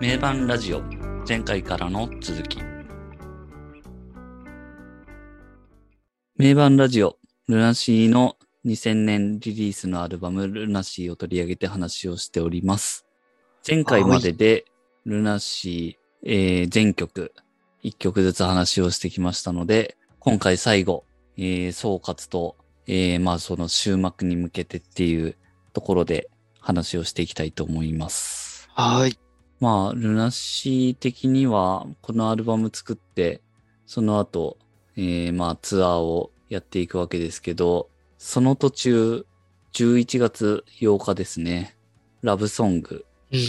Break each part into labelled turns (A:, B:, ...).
A: 名盤ラジオ前回からの続き名盤ラジオルナシーの2000年リリースのアルバムルナシーを取り上げて話をしております前回まででルナシー、えー全曲1曲ずつ話をしてきましたので今回最後、えー総括と、えーまあその終幕に向けてっていうところで話をしていきたいと思います
B: はい。
A: まあ、ルナシー的には、このアルバム作って、その後、えーまあ、ツアーをやっていくわけですけど、その途中、11月8日ですね、ラブソング
B: うん。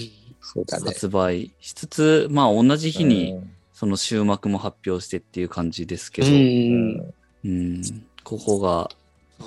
C: そうだね。
A: 発売しつつ、まあ、同じ日に、
C: うん
A: その終幕も発表してっていう感じですけど、
B: うん。
A: うん、ここが、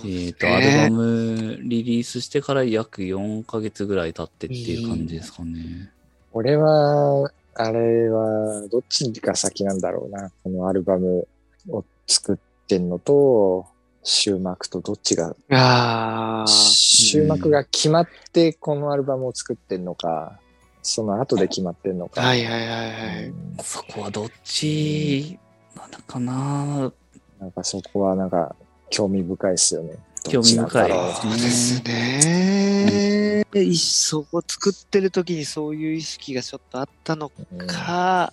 A: えっ、と、
B: ね
A: アルバムリリースしてから約4ヶ月ぐらい経ってっていう感じですかね。
C: 俺は、あれは、どっちが先なんだろうな。このアルバムを作ってんのと、終幕とどっちが、
B: ああ。
C: 終幕が決まってこのアルバムを作ってんのか、その後で決まってんのか。
B: はいはいは
C: う
B: いはい。
C: ん
A: そこはどっちなのかな
C: なんかそこはなんか興味深いですよね。
A: 興味深い
C: どっちなんだろう
B: そうですね。いそこ作ってる時にそういう意識がちょっとあったの
C: うん
B: か。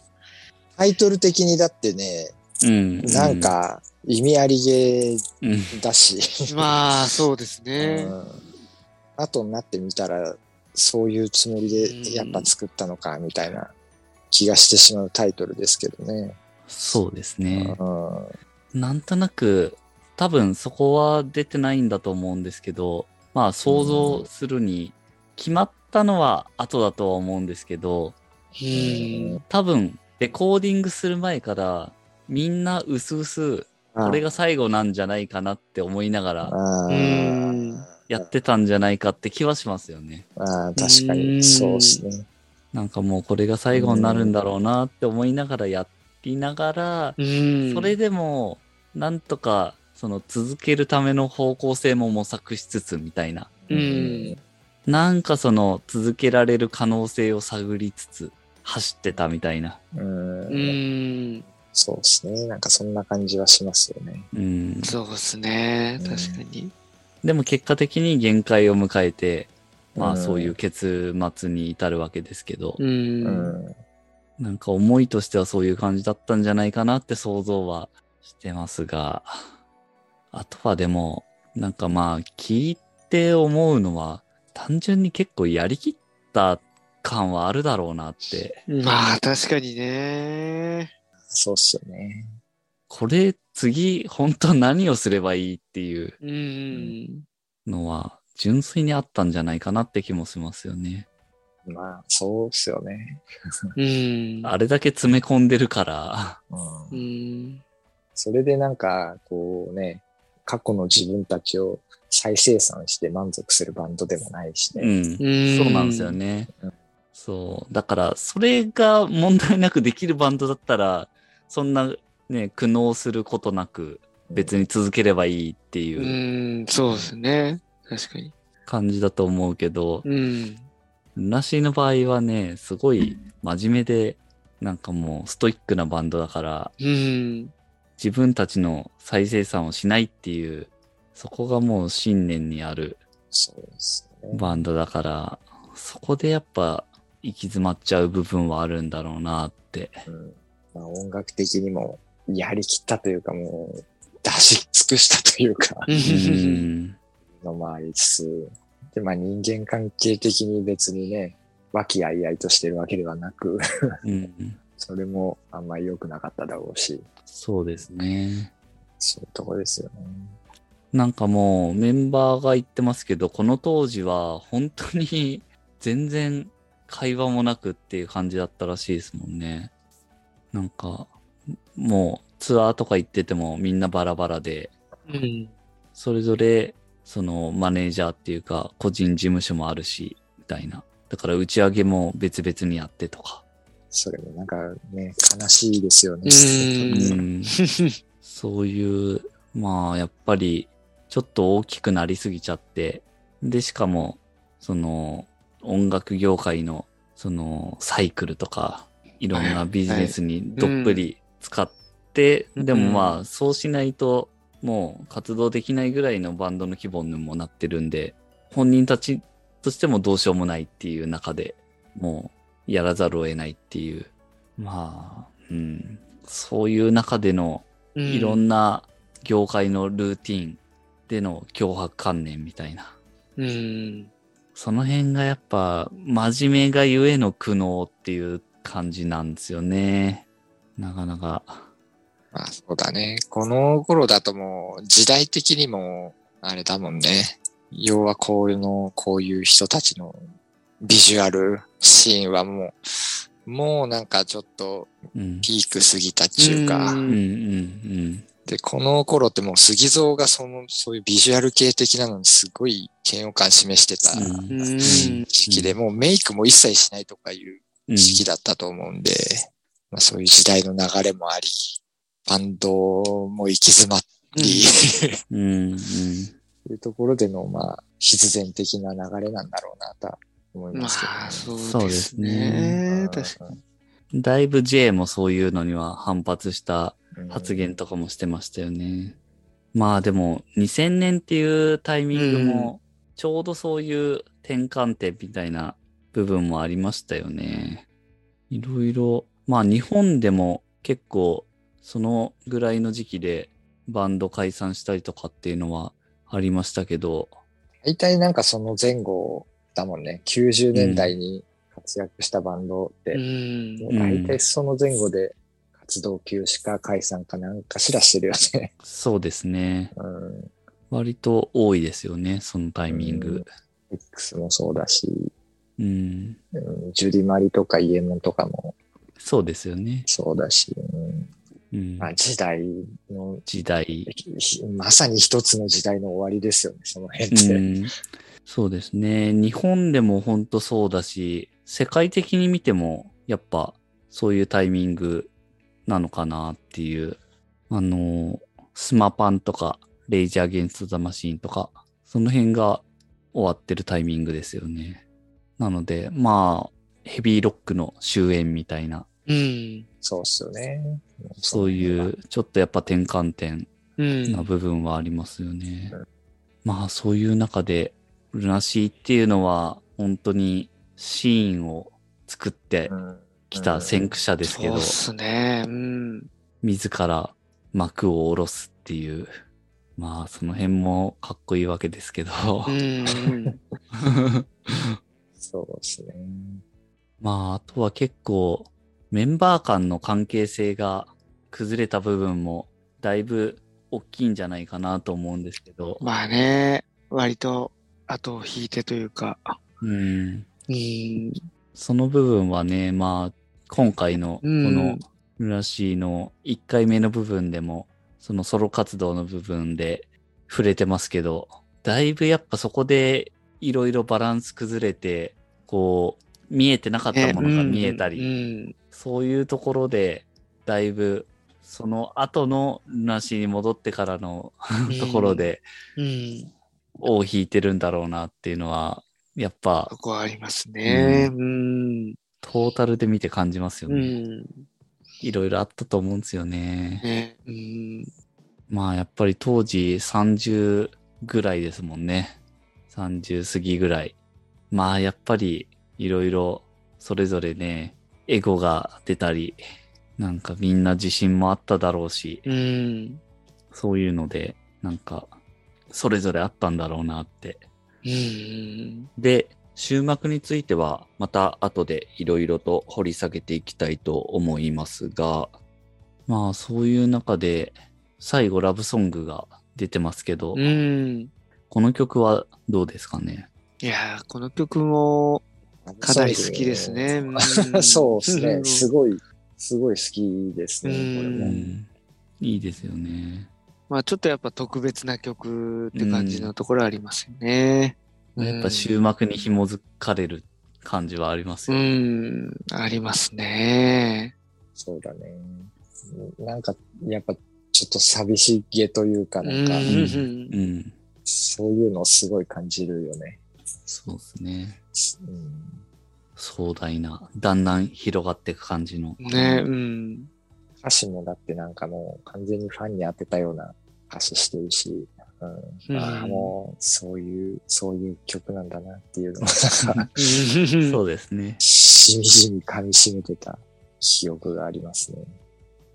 C: タイトル的にだってね、
A: うん。
C: なんか意味ありげ
A: うん、うん
C: だし。
B: まあ、そうですね
C: う。ん後になってみたらそういうつもりでやっぱ作ったのかみたいな気がしてしまうタイトルですけどね。
A: そうですね。
C: うんうん
A: なんとなく、多分そこは出てないんだと思うんですけど、まあ想像するに、決まったのは後だとは思うんですけど、
B: うん。
A: 多分レコーディングする前から、みんなうすうす、これが最後なんじゃないかなって思いながら
C: あー
B: うん
A: やってたんじゃないかって気はしますよね。
C: あー確か
B: うん
C: にそうですね。
A: なんかもうこれが最後になるんだろうなって思いながらやりながら、
B: うん。
A: それでもなんとかその続けるための方向性も模索しつつみたいな。
B: うん。
A: なんかその続けられる可能性を探りつつ走ってたみたいな。
C: うん
B: うん。
C: そうですね。なんかそんな感じはしますよね。
A: うん。
B: そうですね。確かに。
A: でも結果的に限界を迎えて、まあ
C: うん
A: そういう結末に至るわけですけど、
B: うん。
C: うん
A: なんか思いとしてはそういう感じだったんじゃないかなって想像はしてますが、あとはでも、なんかまあ聞いて思うのは、単純に結構やりきった感はあるだろうなって、
B: まあ、確かにね。
C: そうっすよね。
A: これ次本当何をすればいいっていう
B: うん。
A: のは純粋にあったんじゃないかなって気もしますよね。
C: まあそうっすよね。
B: うん。
A: あれだけ詰め込んでるから、
B: う
C: うん
B: ん。
C: それでなんか、こうね、過去の自分たちを再生産して満足するバンドでもないし
A: う
C: ね。
A: ん。
B: うん
A: そうなんですよね
C: うん。
A: そう。だから、それが問題なくできるバンドだったら、そんなね、苦悩することなく、別
C: に。
A: に続ければいいって
B: う、
A: いうん
B: そうですね。確かに。
A: 感じだと思うけど、
B: うん。
A: ナシーの場合はね、すごい真面目で、なんかもうストイックなバンドだから、
B: うん。
A: 自分たちの再生産をしないっていう、そこがもう信念にある
C: そうですね。
A: バンドだから、そこでやっぱ行き詰まっちゃう部分はあるんだろうなって。
C: うんまあ、音楽的にもやりきったというか、もう出し尽くしたというか、
A: うん
C: のもありつつ、で、まあ人間関係的に別にね、和気あいあいとしてるわけではなく、
A: うん、
C: それもあんまり良くなかっただろうし、
A: そうですね。
C: そういうとこですよね。
A: なんかもうメンバーが言ってますけど、この当時は本当に全然会話もなくっていう感じだったらしいですもんね。なんか、もうツアーとか行っててもみんなバラバラで、
B: うん。
A: それぞれそのマネージャーっていうか個人事務所もあるし、みたいな。だから打ち上げも別々にやってとか。
C: それもなんかね、悲しいですよね。
B: うん
A: うん、そういう、まあ、やっぱり、ちょっと大きくなりすぎちゃって、で、しかも、その、音楽業界のそのサイクルとか、いろんなビジネスにどっぷり使って、
B: うん
A: でもまあ、そうしないと、もう活動できないぐらいのバンドの規模にもなってるんで、本人たちとしてもどうしようもないっていう中でもうやらざるを得ないっていう、まあ、うん、そういう中でのいろ
B: な。
A: んな業界のルーティンでの脅迫観念みたいな。
B: うん。
A: その辺がやっぱ真面目がゆえの苦悩っていう感じなんですよね。なかなか。
C: まあそうだね。この頃だともう時代的にもあれだもんね。要はこういうの、こういう人たちのビジュアルシーンはもう、もうなんかちょっと
A: うん。
C: ピーク過ぎたっちゅうか。
A: うんうんうん。
C: で、この頃ってもう杉蔵がその、そういうビジュアル系的なのにすごい嫌悪感示してた
A: うん
B: うん。
C: 時期で、もうメイクも一切しないとかいう
A: うん
C: 時期だったと思うんで、まあ、そういう時代の流れもあり、バンドも行き詰まり、
A: うんうん。
C: というところでの、まあ、必然的な流れなんだろうな、とは思い
B: ま
C: ますけど、ね。
B: あ、そ
A: そうう
B: で
A: ですす
B: ね
A: ね。
B: 確かに。
A: だいぶ J もそういうのには反発した
C: うん
A: 発言とかもしてましたよね。まあでも2000年っていうタイミングもちょうどそういう転換点みたいな部分もありましたよね。いろいろ、まあ日本でも結構そのぐらいの時期でバンド解散したりとかっていうのはありましたけど、
C: 大体なんかその前後だもんね、90年代に活躍したバンドって、
B: うん。
C: もう大体その前後で活動休止か解散かなんかしらしてるよね。
A: そうですね。
C: うん。
A: 割と多いですよね、そのタイミング。
C: X もそうだし、
A: うん、
C: うん、ジュリマリとかイエモンとかも
A: そうですよね。
C: そうだし、うん
A: うん
C: まあ、時代の、
A: 時代。
C: ひまさに一つの時代の終わり ですよね、その辺って。
A: うん、そうですね。日本でも本当そうだし、世界的に見ても、やっぱそういうタイミングなのかなっていう。あの、スマパンとか、レイジャー・ゲンスト・ザ・マシーンとか、その辺が終わってるタイミングですよね。なので、まあ、ヘビーロックの終焉みたいな、
B: うん。
C: そうっすよね。
A: そういう、ちょっとやっぱ転換点
B: うん。
A: な部分はありますよね
C: うん。
A: まあそういう中で、ルナシーっていうのは本当にシーンを作って
C: うん。
A: きた先駆者ですけ
B: そう
A: ど
B: っ、すね。うん。
A: 自ら幕を下ろすっていう、まあその辺もかっこいいわけですけど、
B: うん。
C: そうですね。
A: まああとは結構メンバー間の関係性が崩れた部分もだいぶ大きいんじゃないかなと思うんですけど、
B: まあね、割と後を引いてというか。
A: うん、
B: うん。
A: その部分はね、まあ、今回のこ
B: う
A: の
B: ん
A: ルナシーの1回目の部分でも、そのソロ活動の部分で触れてますけど、だいぶやっぱそこでいろいろバランス崩れて、こう、見えてなかったものが見えたり、
B: り。
A: そういうところで、だいぶその後のルナシーに戻ってからの
B: うん
A: ところ。で、
B: うん。
A: 尾を引いてるんだろうなっていうのは、やっぱ
B: そこはありますね。うん。
A: トータルで見て感じますよ
B: う
A: ね。
B: ん。
A: いろいろあったと思うんですよね。
B: ね。うん。
A: まあやっぱり当時30ぐらいですもんね。30過ぎぐらい。まあやっぱりいろいろそれぞれね、エゴが出たり、なんかみんな自信もあっただろうし、
B: うん。
A: そういうので、なんかそれぞれあったんだろうなって
B: うん。
A: で、終幕についてはまた後でいろいろと掘り下げていきたいと思いますが、まあそういう中で最後ラブソングが出てますけど、
B: うん。
A: この曲はどうですかね
B: いやーこの曲もかなり好きですね。
C: そう
B: うん
C: そうですね。すごい、すごい好きですね。これ
A: う
C: も
A: ん。いいですよね。
B: まあちょっとやっぱ特別な曲って感じのところありますよね。
A: やっぱ終幕に紐づかれる感じはあります
B: う
A: よね。
B: ん、ありますね。
C: そうだね。なんか、やっぱ、ちょっと寂しげというか、
B: う
C: なんか、
B: ん
A: う。ん。
C: そういうのをすごい感じるよね。
A: そうですね。
C: うん
A: 壮大な、だんだん広がっていく感じの。
B: ね、うん。
C: 歌詞もだってなんかもう完全にファンに当てたような歌詞してるし、う、
B: うんん
C: ああ、もうそういう、そういう曲なんだなっていうのをなんか、
B: う
A: そうですね。
C: しみじみ噛み締めてた記憶がありますね。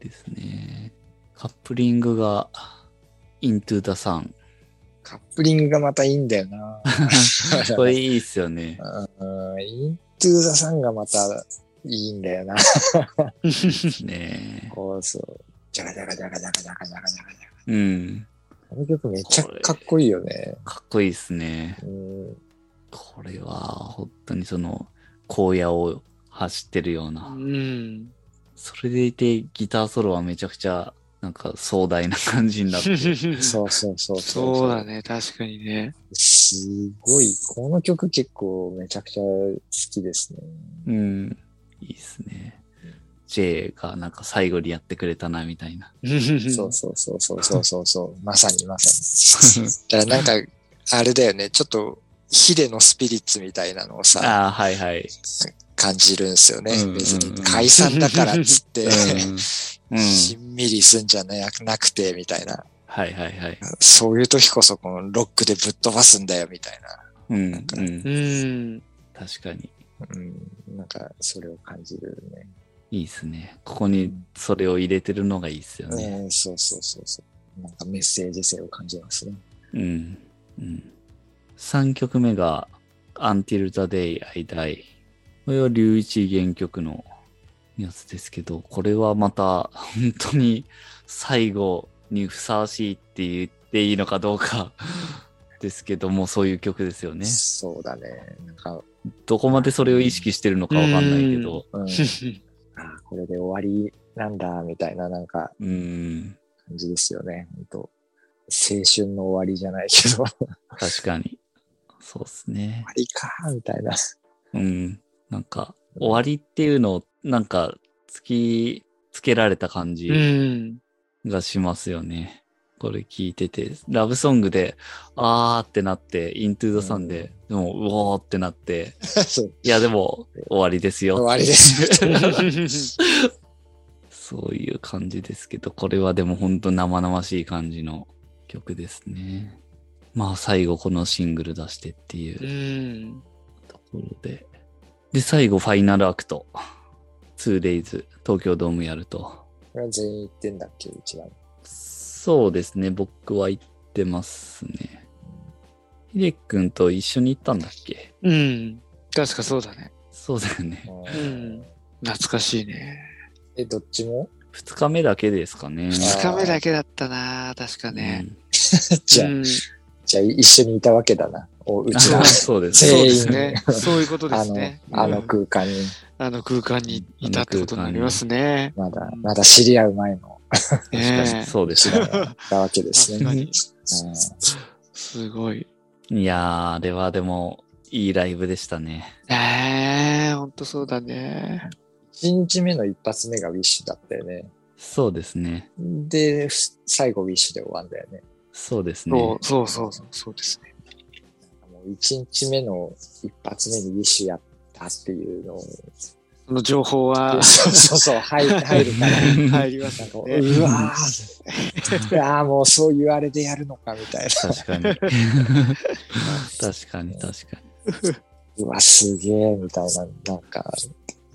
A: ですね。カップリングが、into the sun。。
C: カップリングがまたいいんだよな
A: これいいっすよね。
C: うん、イントゥーザさんがまたいいんだよな。
A: ですね。
C: こうそう。ジャガジャガジャガジャガジャガジャガジャガジャガ。
A: うん。
C: この曲めっちゃかっこいいよね。
A: かっこいいっすね。
C: うん、
A: これは、本当にその、荒野を走ってるような。
B: ん。
A: それでいて、ギターソロはめちゃくちゃ、なんか壮大な感じにな って。
C: そうそうそ う
B: そうだね、確かにね。
C: すごい、この曲結構めちゃくちゃ好きですね。
A: うん。いいっすね。J がなんか最後にやってくれたな、みたいな。
C: そうそうそうそうそうそ うそう、まさにまさに。だからなんか、あれだよね、ちょっとヒデのスピリッツみたいなのをさ、
A: ああ、はいはい。
C: 感じるんですよね
A: うんうんう。ん
C: 別に解散だからっつって、
A: うん。うん、
C: しんみりすんじゃななくて、みたいな。
A: はいはいはい。
C: そういう時こそこのロックでぶっ飛ばすんだよ、みたいな。
A: うん。う
C: なんか
A: ん
B: う。ん。
A: 確かに。
C: うん、なんか、それを感じるね。
A: いいっすね。ここにそれを入れてるのがいいっすよね。
C: ねそうそうそうそう。なんかメッセージ性を感じますね。
A: うん。うん。3曲目が Until the Day I Die。これは龍一原曲のやつですけど、これはまた本当に最後にふさわしいって言っていいのかどうか ですけども、そういう曲ですよね。
C: そうだね。なんか、
A: どこまでそれを意識してるのかわかんないけど、
C: うん、あーこれで終わりなんだ、みたいななんか
A: うん。
C: 感じですよね。本当青春の終わりじゃないけど、終 わ
A: 確かに。そうですね。
C: りか、みたいな。
A: うん。なんか、終わりっていうのを、なんか、突きつけられた感じ。
B: うん。。
A: がしますよね。これ聞いてて、ラブソングで、あーってなって、イントゥーザさんで、でも、うおーってなって、
C: そう
A: いや、でも、終わりです
C: 終
A: よ。
C: わりです。
A: そういう感じですけど、これはでも本当生々しい感じの曲ですね。まあ、最後このシングル出してっていううんところで。で、最後、ファイナルアクト。2days、東京ドームやると。
C: これは全員言ってんだっけ一番。
A: そうですね、僕は行ってますね。ひでくんと一緒に行ったんだっけ
B: うん。確かそうだね。
A: そうだよね。
C: う
B: うん。懐かしいね。
C: え、どっちも
A: 二日目だけですかね。
B: 二日目だけだったな、確かね。
C: じゃあ、
B: うん
C: じゃあ一緒にいたわけだな。おう
A: うん。
C: ち
A: そ
C: ら
A: う、 そうです。
B: そう
C: 全
B: で
C: 員
B: すね。そういうことで
C: あ
B: す
C: の
B: ね。、
C: あ
B: う
C: の
B: ん
C: 空間に、
B: あの空間にいたってことになりますね。
C: まだ、まだ知り合う前の
A: 確か
B: ね
A: にそうで
C: う
A: す。
C: ちらがいたわけです
B: 確
C: ね。
B: か
C: う
B: に。
C: ん
B: すごい。
A: いやー、あれはでも、いいライブでしたね。
B: ええ、ほんとそうだね。
C: 一日目の一発目がウィッシュだったよね。
A: そうですね。
C: で、ふ最後ウィッシュで終わるんだよね。
A: そうです
B: そ
A: ね。
B: うそうそうそう、そうですね。
C: もう一日目の一発目にウィッシュやったっていうのを、
B: その情報 は
C: そうそうそう、入入るから。
B: 入りま
C: なん
B: す
C: か
B: ね。
C: うわー、い やーもうそう言われてやるのかみたいな。
A: 確か に。確かに、確か
C: うわ、すげえみたいな、なんか、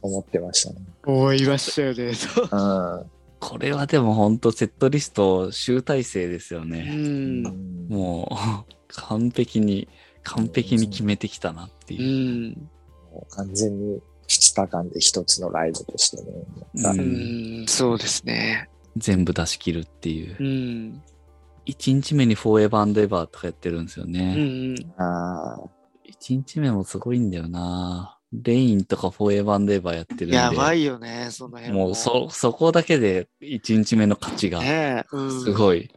C: 思ってましたね。
B: 思いましたよね。そう
C: う
A: に。これはでも本当セットリスト集大成ですよ
B: う
A: ね。
B: ん。
C: ん。も
A: もう、完璧に、完璧に決めてきたなって
B: う
A: いう。
B: ん。
C: う完全に2日間で一つのライブとしてね。
A: う
B: うんん、そうですね。
A: 全部出し切るっていう
B: う。ん。
A: 1日目にフォーエバーエバーとかやってるんですよ
B: う
A: ね。
B: ん。
C: ああ、
A: 1日目もすごいんだよなレインとかフォーエバーエバーやってるんで。
B: やばいよね、その辺
A: もうそ、そこだけで1日目の価値が
B: ねえ。うん
A: すごい。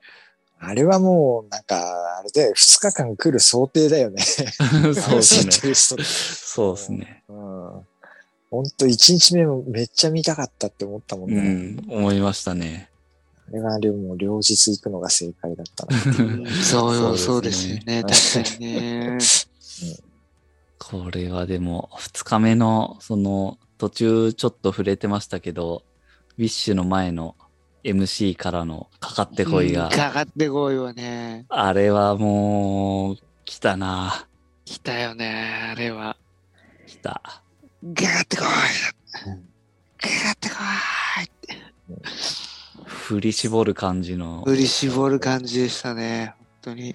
C: あれはもう、なんか、あれで2日間来る想定だよ ね。
A: そうですね
C: セッ。トリスト
A: そうですね。
C: うん。ほんと、1日目もめっちゃ見たかったって思ったもん
A: う
C: ね。
A: ん、思いましたね。
C: あれはあれもう両日行くのが正解だった
B: う
C: な。
B: んそうよ、そ
A: そうう
B: で
A: ですす
B: よ
A: ね
B: ね。確かにね。
A: これはでも、2日目の、その、途中ちょっと触れてましたけど、ウィッシュの前の MC からのかかってこいが
B: うん、かかってこいはね。
A: あれはもう、来たな。
B: 来たよね、あれは。
A: 来た。
B: かかってこい
C: うん
B: かかってこいって。
A: 振り絞る感じの。
B: 振り絞る感じでしたね。本当に。
C: うん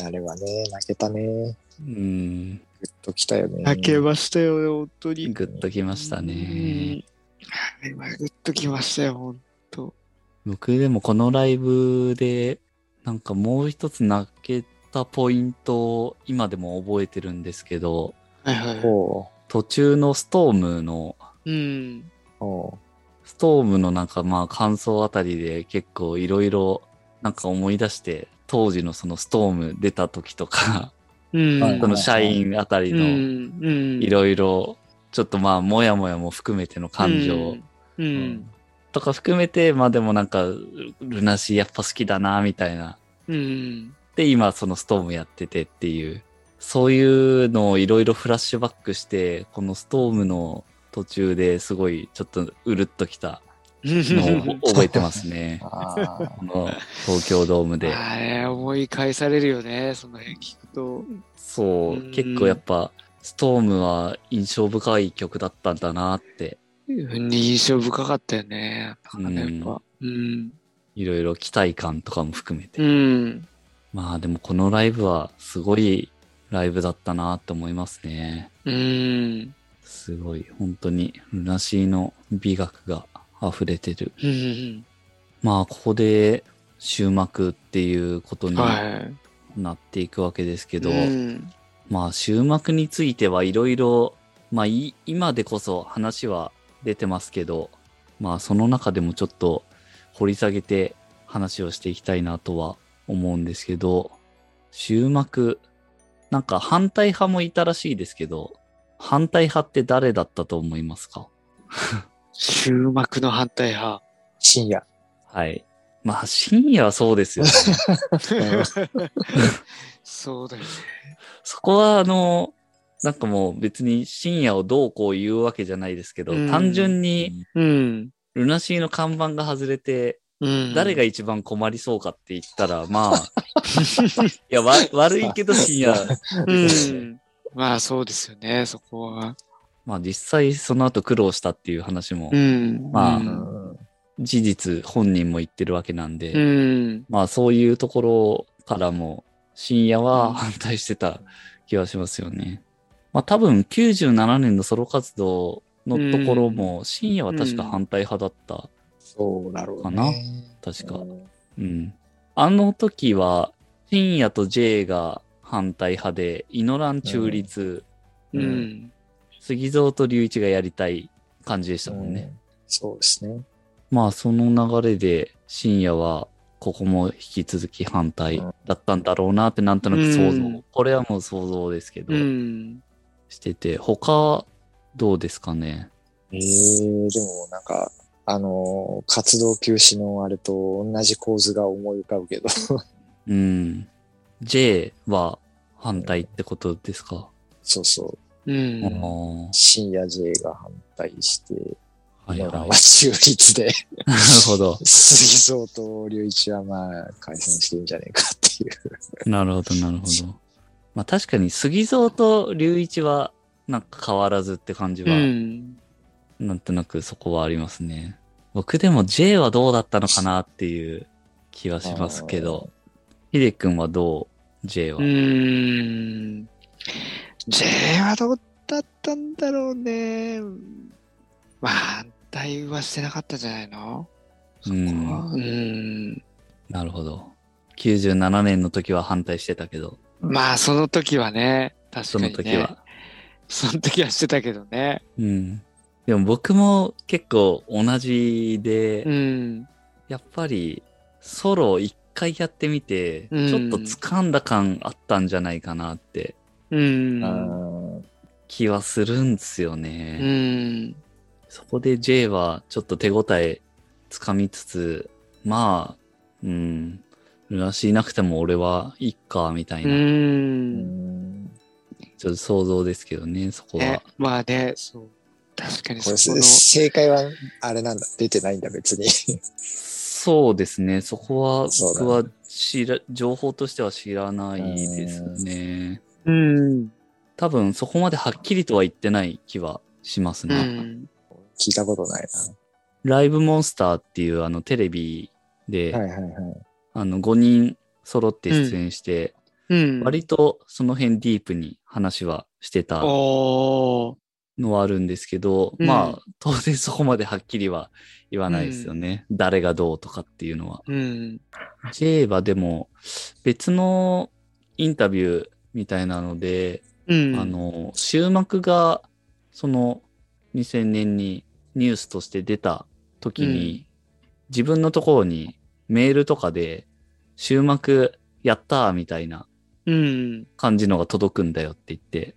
C: あれはね、泣けたね。ぐっ
A: うん。
C: ときたよね。
B: 泣けましたよね、本当に。
A: グッときましたね。
B: うん。あれはグッときましたよ、ほんと。
A: 僕でもこのライブで、なんかもう一つ泣けたポイントを今でも覚えてるんですけど、
B: はいはい。
C: ほ
A: 途中のストームの、
B: うん。
C: うほ
A: ストームのなんかまあ感想あたりで結構いろいろなんか思い出して、当時のそのストーム出た時とか、
B: うん。
C: はい
A: その社員あたり
B: う
A: の
B: ん。うん。
A: いろいろ、ちょっとまあもやもやも含めての感情
B: うん。う
C: う。
B: ん。
A: とか含めて、まあでもなんか、ルナシーやっぱ好きだな、みたいな。
B: うん。
A: で、今そのストームやっててっていう、そういうのをいろいろフラッシュバックして、このストームの途中ですごいちょっとうるっときた のを覚えてますね。
C: あー
A: この東京ドームで。
B: あれ、思い返されるよね、その辺聞くと。
A: そうう、
B: ん
A: 結構やっぱ、ストームは印象深い曲だったんだなって、
B: 印象深かったよね、
A: うん
B: やっぱ。うん。
A: いろいろ期待感とかも含めて。
B: うん。
A: まあでもこのライブはすごいライブだったなって思いますね。
B: うん。
A: すごい、本当に、ルナシーの美学が溢れてる。
B: うん。
A: まあここで終幕っていうことに
B: は
A: なっていくわけですけ
B: い。
A: ど、
B: うん
A: まあ終幕についてはいろいろ、まあい今でこそ話は出てますけど、まあその中でもちょっと掘り下げて話をしていきたいなとは思うんですけど、終幕、なんか反対派もいたらしいですけど、反対派って誰だったと思いますか
B: 終幕の反対 派。
C: 深夜。
A: はい。まあ深夜はそうですよね。
B: そうだよね。
A: そこはあの、なんかもう別に深夜をどうこう言うわけじゃないですけど、
B: うん
A: 単純に
B: うん。
A: ルナシーの看板が外れて、
B: うん。
A: 誰が一番困りそうかって言ったら、まあ、い や、わ悪いけど深夜。
B: うん。まあ、そうですよね、そこは。
A: まあ実際その後苦労したっていう話も
B: う、ん。
A: まあ
B: う
C: うんん
A: 事実本人も言ってるわけなんで、
B: うん。
A: まあそういうところからも深夜は反対してた気はしますよね。まあ多分97年のソロ活動のところも深夜は確か反対派だった。
C: そうだろうね。
A: かな確か
C: う。
A: う
C: ん
A: ん。あの時は、深夜と J が反対派で、イノラン中立、
B: うん。
A: 杉蔵と隆一がやりたい感じでしたもんね。
C: うんそうですね。
A: まあ、その流れで、深夜は、ここも引き続き反対だったんだろうなって、なんとなく想像、
B: うん
A: これはもう想像ですけど、
B: うん。
A: してて、他、どうですかね。
C: えー、でもなんか、あのー、活動休止のあれと同じ構図が思い浮かぶけど、
A: うん。J は反対ってことですか、
C: そうそう、
A: あ
B: うん。
A: ー
C: 深夜 J が反対して、
A: はいはい。
C: 今
A: な
C: は
A: る
C: 中立で、
A: ほど。
C: 杉蔵と隆一はまあ解散してんじゃねえかっていう。
A: なるほど、なるほど。まあ確かに杉蔵と隆一は、なんか変わらずって感じは、
B: うん。
A: なんとなくそこはありますね。僕でも J はどうだったのかなっていう気はしますけど、ヒデ君はどう ?J は。
B: うーん。J はどうだったんだろうね。まあ、反対はしてなかったんじゃないの
A: う。
B: うんん。
A: なるほど。97年の時は反対してたけど、
B: まあ、その時はね、確か
A: そ
B: に、
A: の
B: ね。
A: 時は。。
B: その時はしてたけどね。
A: うん。でも僕も結構同じで、
B: うん。
A: やっぱりソロを一回やってみて、
B: うん
A: ちょっと掴んだ感あったんじゃないかなって
B: うん。
C: うん
A: 気はするんですよね。
B: うん。。
A: そこで J はちょっと手応え掴みつつ、まあ、うん、ルナシーいなくても俺はいっか、みたいうな。
C: うんん
A: ちょっと想像ですけどね、そこ
B: ね
A: は。、
B: まあね、そう。確かに
C: こ
B: そ
C: れ
B: こ
C: せ
B: の、
C: 正解はあれなんだ。出てないんだ、別に。
A: そうですね、そこは
C: そうだね
A: 僕は知ら、情報としては知らないですね。
B: うん。
A: 多分そこまではっきりとは言ってない気はします
B: う
A: ね。
B: ん。
C: 聞いたことない
A: ライブモンスターっていうあのテレビで、
C: な。はいはいはい。
A: あの5人揃って出演して、
B: うん。
A: 割とその辺ディープに話はしてた
B: おー。
A: のはあるんですけど、
B: うん
A: まあ当然そこまではっきりは言わないですよね。誰がどうとかっていうのは。
B: うん。
A: J はでも別のインタビューみたいなので、
B: うん。
A: あ、の終幕がその2000年にニュースとして出た時に、自分のところにメールとかで終幕やったーみたいな
B: うん。
A: 感じのが届くんだよって言って、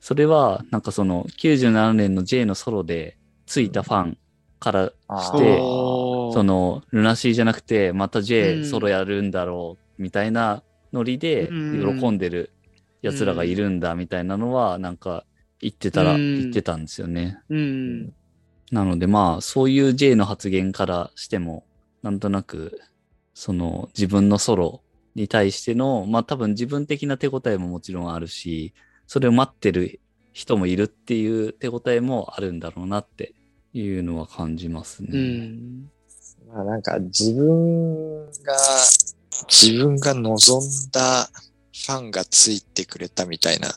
A: それはなんかその97年の J のソロでついたファンからし
C: で
A: て、
B: おー
A: そ、のルナシーじゃなくてまた
B: う
A: J
B: ん
A: ソロやるんだろうみたいなノリで
B: うん
A: 喜んでる奴らがいるんだみたいなのはなんか言ってたら
B: うん
A: 言ってたんですよね。
B: うん。
A: なのでまあそういう J の発言からしてもなんとなくその自分のソロに対してのまあ多分自分的な手応えももちろんあるしそれを待ってる人もいるっていう手応えもあるんだろうなっていうのは感じますね。
B: うん。
C: まあなんか自分が、自分が望んだファンがついてくれたみたいな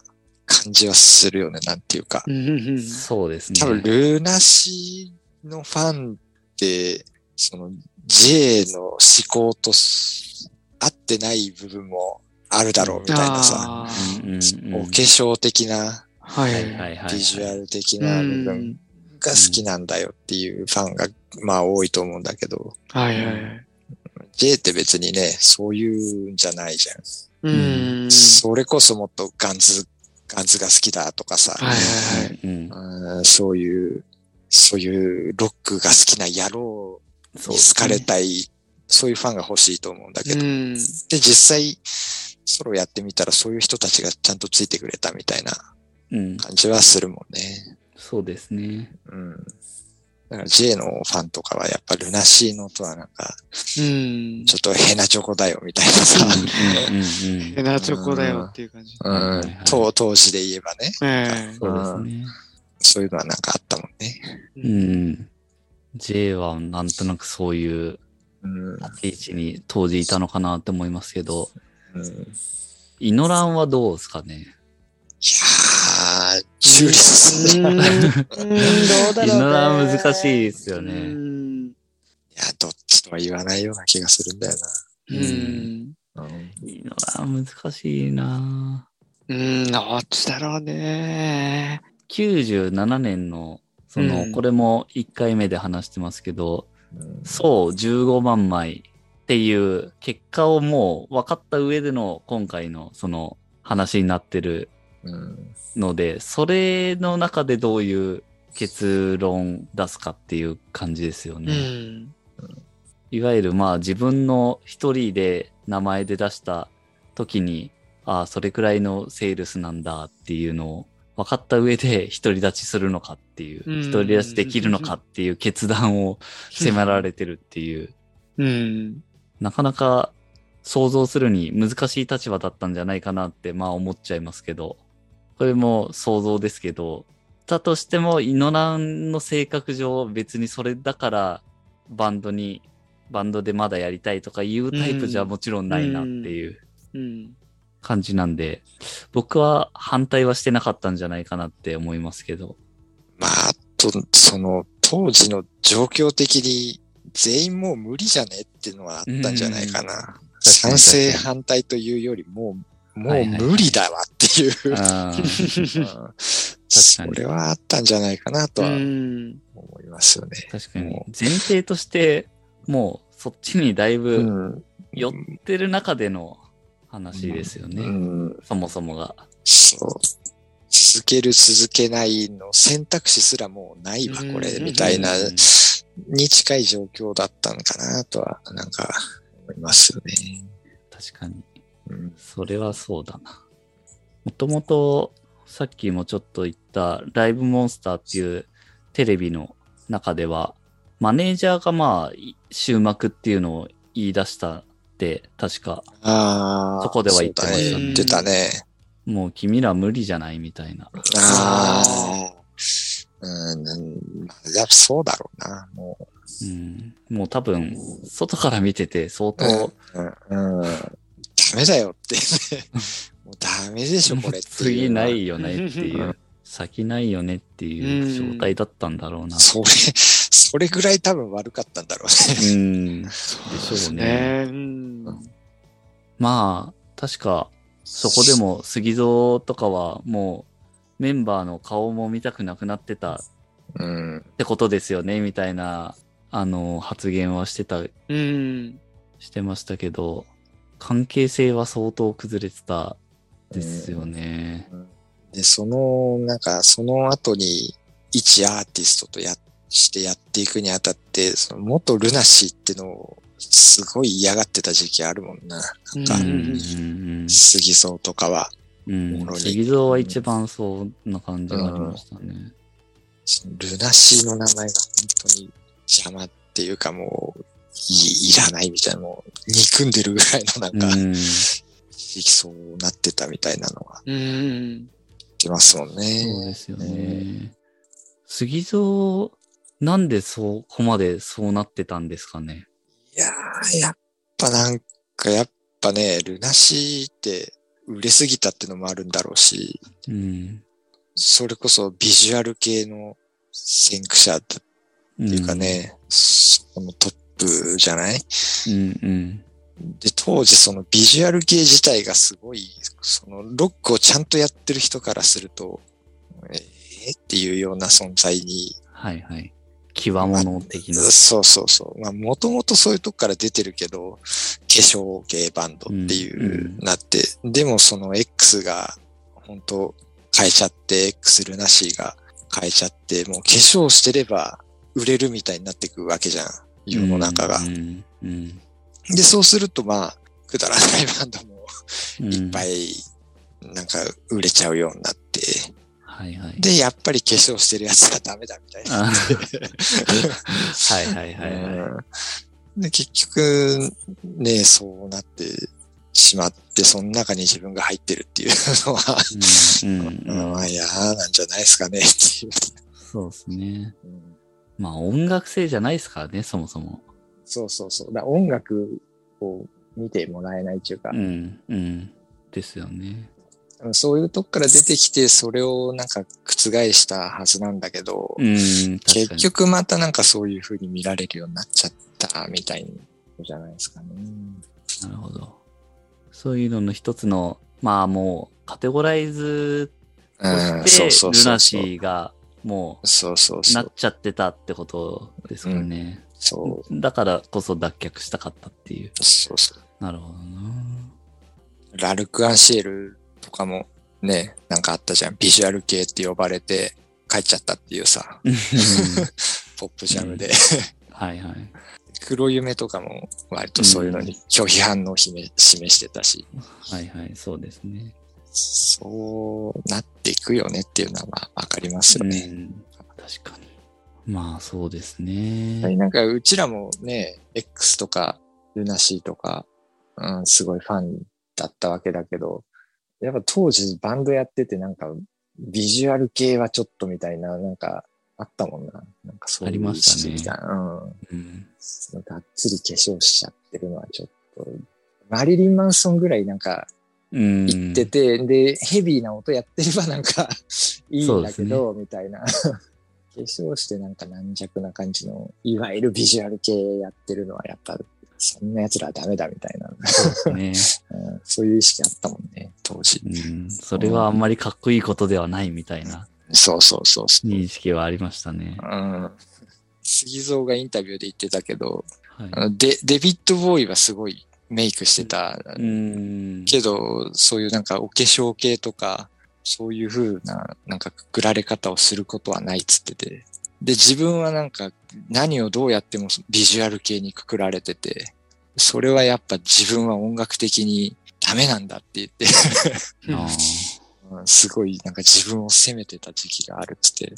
C: 感じはするよね、なんていうか。
B: うん。
A: そうですね。
C: 多分、ルーナシーのファンって、その J の思考とす合ってない部分もあるだろうみたいなさ、
B: あ
A: うんうんうん
C: お化粧的な、
B: は
A: はい
B: い。。
A: はいいはい。
C: ビジュアル的
B: う
C: な部分
B: ん。
C: が好きなんだよっていうファンが、まあ多いと思うんだけど、
B: はいはい。
C: J って別にね、そういうんじゃないじゃん。
B: うん。
C: それこそもっとガンズ、ガンズが好きだとかさ、
B: はいはいはい。
A: うん。
C: うんそういう、そういうロックが好きな野郎
A: そう
C: に。好かれたい、そういうファンが欲しいと思うんだけど、
B: う
C: で、
B: ん。
C: 実際、ソロやってみたらそういう人たちがちゃんとついてくれたみたいな
A: うん。
C: 感じはするもんね。
A: そうですね。
C: うん。だから J のファンとかはやっぱルナシーノとはなんか、
B: うん。
C: ちょっとヘナチョコだよみたいなさ、
A: うんうんうんうん。
B: ヘナチョコだよっていう感じ。
C: う
A: はいは
C: ん
A: いはい
C: 当当時で言えばね、
B: え
A: そうですね。
C: そういうのはなんかあったもんね。
B: え。
A: う。ん。J はなんとなくそういう
C: うん。
A: 立ち位置に当時いたのかなって思いますけど、
C: うん
A: イノランはどうですかね
C: いやー、中立するな。いや、
B: うん、どうだろう、ね。
A: イノラン難しいですよ
B: う
A: ね。
B: ん。
C: どっちとは言わないような気がするんだよ
B: うん。
C: な。
A: イノラン難しいな
B: うん、どっちだろうね。
A: 97年の、その、
B: うん
A: これも1回目で話してますけど、
C: うん
A: そう、15万枚っていう結果をもう分かった上での今回のその話になってる
C: うん
A: ので、それの中でどういう結論出すかっていう感じですよ
B: う
A: ね。
B: ん。
A: いわゆるまあ自分の一人で名前で出した時に、ああ、それくらいのセールスなんだっていうのを分かった上で 独り立ちするのかっていう、
B: うん
A: 独り立ちできるのかっていう決断 を迫られてるっていう
B: うん。
A: なかなか想像するに難しい立場だったんじゃないかなって、まあ思っちゃいますけど、これも想像ですけど、だとしても、イノランの性格上、別にそれだから、バンドに、バンドでまだやりたいとかいうタイプじゃもちろんないなっていう
B: うん。
A: 感じなんで、僕は反対はしてなかったんじゃないかなって思いますけど。
C: まあ、あと、その、当時の状況的に、全員もう無理じゃねっていうのはあったんじゃないかな。賛成反対というよりもう、も
A: は
C: う
A: いはい
C: 無理だわっていう。
A: あー
C: うんそれはあったんじゃないかなと
B: う
C: は
B: ん。
C: 思いますよね。
A: 確か に
C: も。
A: 前提として、もうそっちにだいぶ、
C: うん
A: よってる中での話ですよね、
C: うん
A: そもそもが。
C: そう。続ける続けないの選択肢すらもうないわ、これ、
B: うん
C: みたいな
A: うん
C: に近い状況だったのかなとは、なんか思いますよね。
A: 確かに。
C: うん
A: それはそうだな。もともと、さっきもちょっと言ったライブモンスターっていうテレビの中では、マネージャーがまあ、い終幕っていうのを言い出したって、確か、
C: ああ。
A: そこでは言ってました
B: ね
C: そうだ言ってたね。
A: もう君ら無理じゃないみたいな。
C: ああ。うん、うんやっぱそうだろうな。も
A: うん、もう多分、外から見てて相当、
C: う、うん、うん。ダメだよって。もうダメでしょ、これっていう。
A: 次ないよねっていうう、先ないよねっていう状態だったんだろうな。
C: それ、それぐらい多分悪かったんだろうね。
A: うん。
B: そう
A: ですね
B: うん
A: まあ、確か、そこでも杉蔵とかはもうメンバーの顔も見たくなくなってた
C: うん。
A: ってことですよね、みたいな、あの、発言はしてた、
B: うん。
A: してましたけど、関係性は相当崩れてたですよね。
C: で、その、なんか、その後に、一アーティストとや、してやっていくにあたって、その元ルナシーってのを、すごい嫌がってた時期あるもんな。
B: うん
C: うん
A: うん
C: 杉蔵とかは、
A: うん
C: もろに
A: 杉蔵は一番そんな感じがありましたね。
C: そのルナシーの名前が本当に邪魔っていうかもう、いいらないみたいな、もう、憎んでるぐ らいのなん
A: う
C: か、
A: ん。
C: そうなってたみたいなのが
B: うん。
C: 出ますもん
A: そうで
C: ね。
A: すよね。杉蔵、なんでそこまでそうなってたんですかね。
C: いやー、やっぱなんか、やっぱね、ルナシーって売れすぎたってのもあるんだろうし、
A: うん。
C: それこそビジュアル系の先駆者って
A: て
C: いうか。ね、そこのトップじゃない
A: うんうん。
C: で、当時そのビジュアル系自体がすごい、そのロックをちゃんとやってる人からすると、えー、っていうような存在に、
A: はいはい。極物的な。
C: そうそうそう。まあ、もともとそういうとこから出てるけど、化粧系バンドっていう、
A: うんうん
C: なって、でもその X が、本当変えちゃって、X ルナシーが変えちゃって、もう化粧してれば売れるみたいになってくわけじゃん、世の中が
A: う。んうん。
C: で、そうするとまあ、くだらないバンドも
A: うん
C: いっぱ。い、なんか売れちゃうようになって、
A: はいはい。
C: で、やっぱり化粧してるやつはダメだみたいな。
A: あはいはい はいはい。
C: うんで結局、ね、そうなってしまって、その中に自分が入ってるっていうのは、
A: うんうん
C: ま
A: うん
C: あ、いやーなんじゃないですかね、っていう。
A: そうですね。
C: うん
A: まあ音楽性じゃないですからね、そもそも。
C: そうそうそう。だから音楽を見てもらえないっていうか
A: う、んうん。ですよね。
C: そういうとこから出てきて、それをなんか覆したはずなんだけど、
A: うん。確
C: 結
A: かに。
C: 局またなんかそういう風に見られるようになっちゃったみたいじゃないですかね。
A: なるほど。そういうのの一つの、まあもう、カテゴライズと
C: うん、そう
A: して、
C: そう
A: ル
C: そ
A: ナ
C: う
A: シ
C: そう。
A: ーがも
C: そうそう
A: う、
C: そ
A: なっ
C: う。
A: ちゃってたってことですかね。
C: そう
A: だからこそ脱却したかったっていう。
C: そうそう。
A: なるほ どな。
C: ラルク・アンシエルとかもね、なんかあったじゃん。ビジュアル系って呼ばれて帰っちゃったっていうさ、ポップジャムで。
A: はいはい。
C: 黒夢とかも割とそういうのに拒否反応を示示してたし、
A: はいはい、そうですね。
C: そうなっていくよねっていうのはまあわかりますよね。
A: うん確かに。まあそうですね。
C: はい、なんかうちらもね、X とか、ルナシーとか、うん、すごいファンだったわけだけど、やっぱ当時バンドやっててなんか、ビジュアル系はちょっとみたいな、なんか、あったもんな。なんかそう
A: あ
C: いう
A: りましたね
C: 意識がうん。
A: うん
C: そのがっつり化粧しちゃってるのはちょっと、マリリン・マンソンぐらいなんか
A: うん。
C: 行ってて、で、ヘビーな音やってればなん かいいんだけ
A: そ
C: ど、みたいな。化 粧してなんか軟弱な感じの、いわゆるビジュアル系やってるのはやっぱ、そんな奴らはダメだみたいな、
A: ね。
C: うんそういう意識あったもんね、当時。
A: うん。それはあんまりかっこいいことではないみたいな
C: そうそうそうそう。
A: 認識はありましたね。
C: うん。杉蔵がインタビューで言ってたけど、
A: はい。
C: あのデデビッド・ボーイはすごいメイクしてた
A: うん。
C: けど、そういうなんかお化粧系とか、そういう風な、なんかくくられ方をすることはないっつってて。で、自分はなんか何をどうやってもビジュアル系にくくられてて、それはやっぱ自分は音楽的にダメなんだって言って、
A: ああ
C: うん すごいなんか自分を責めてた時期があるっつって、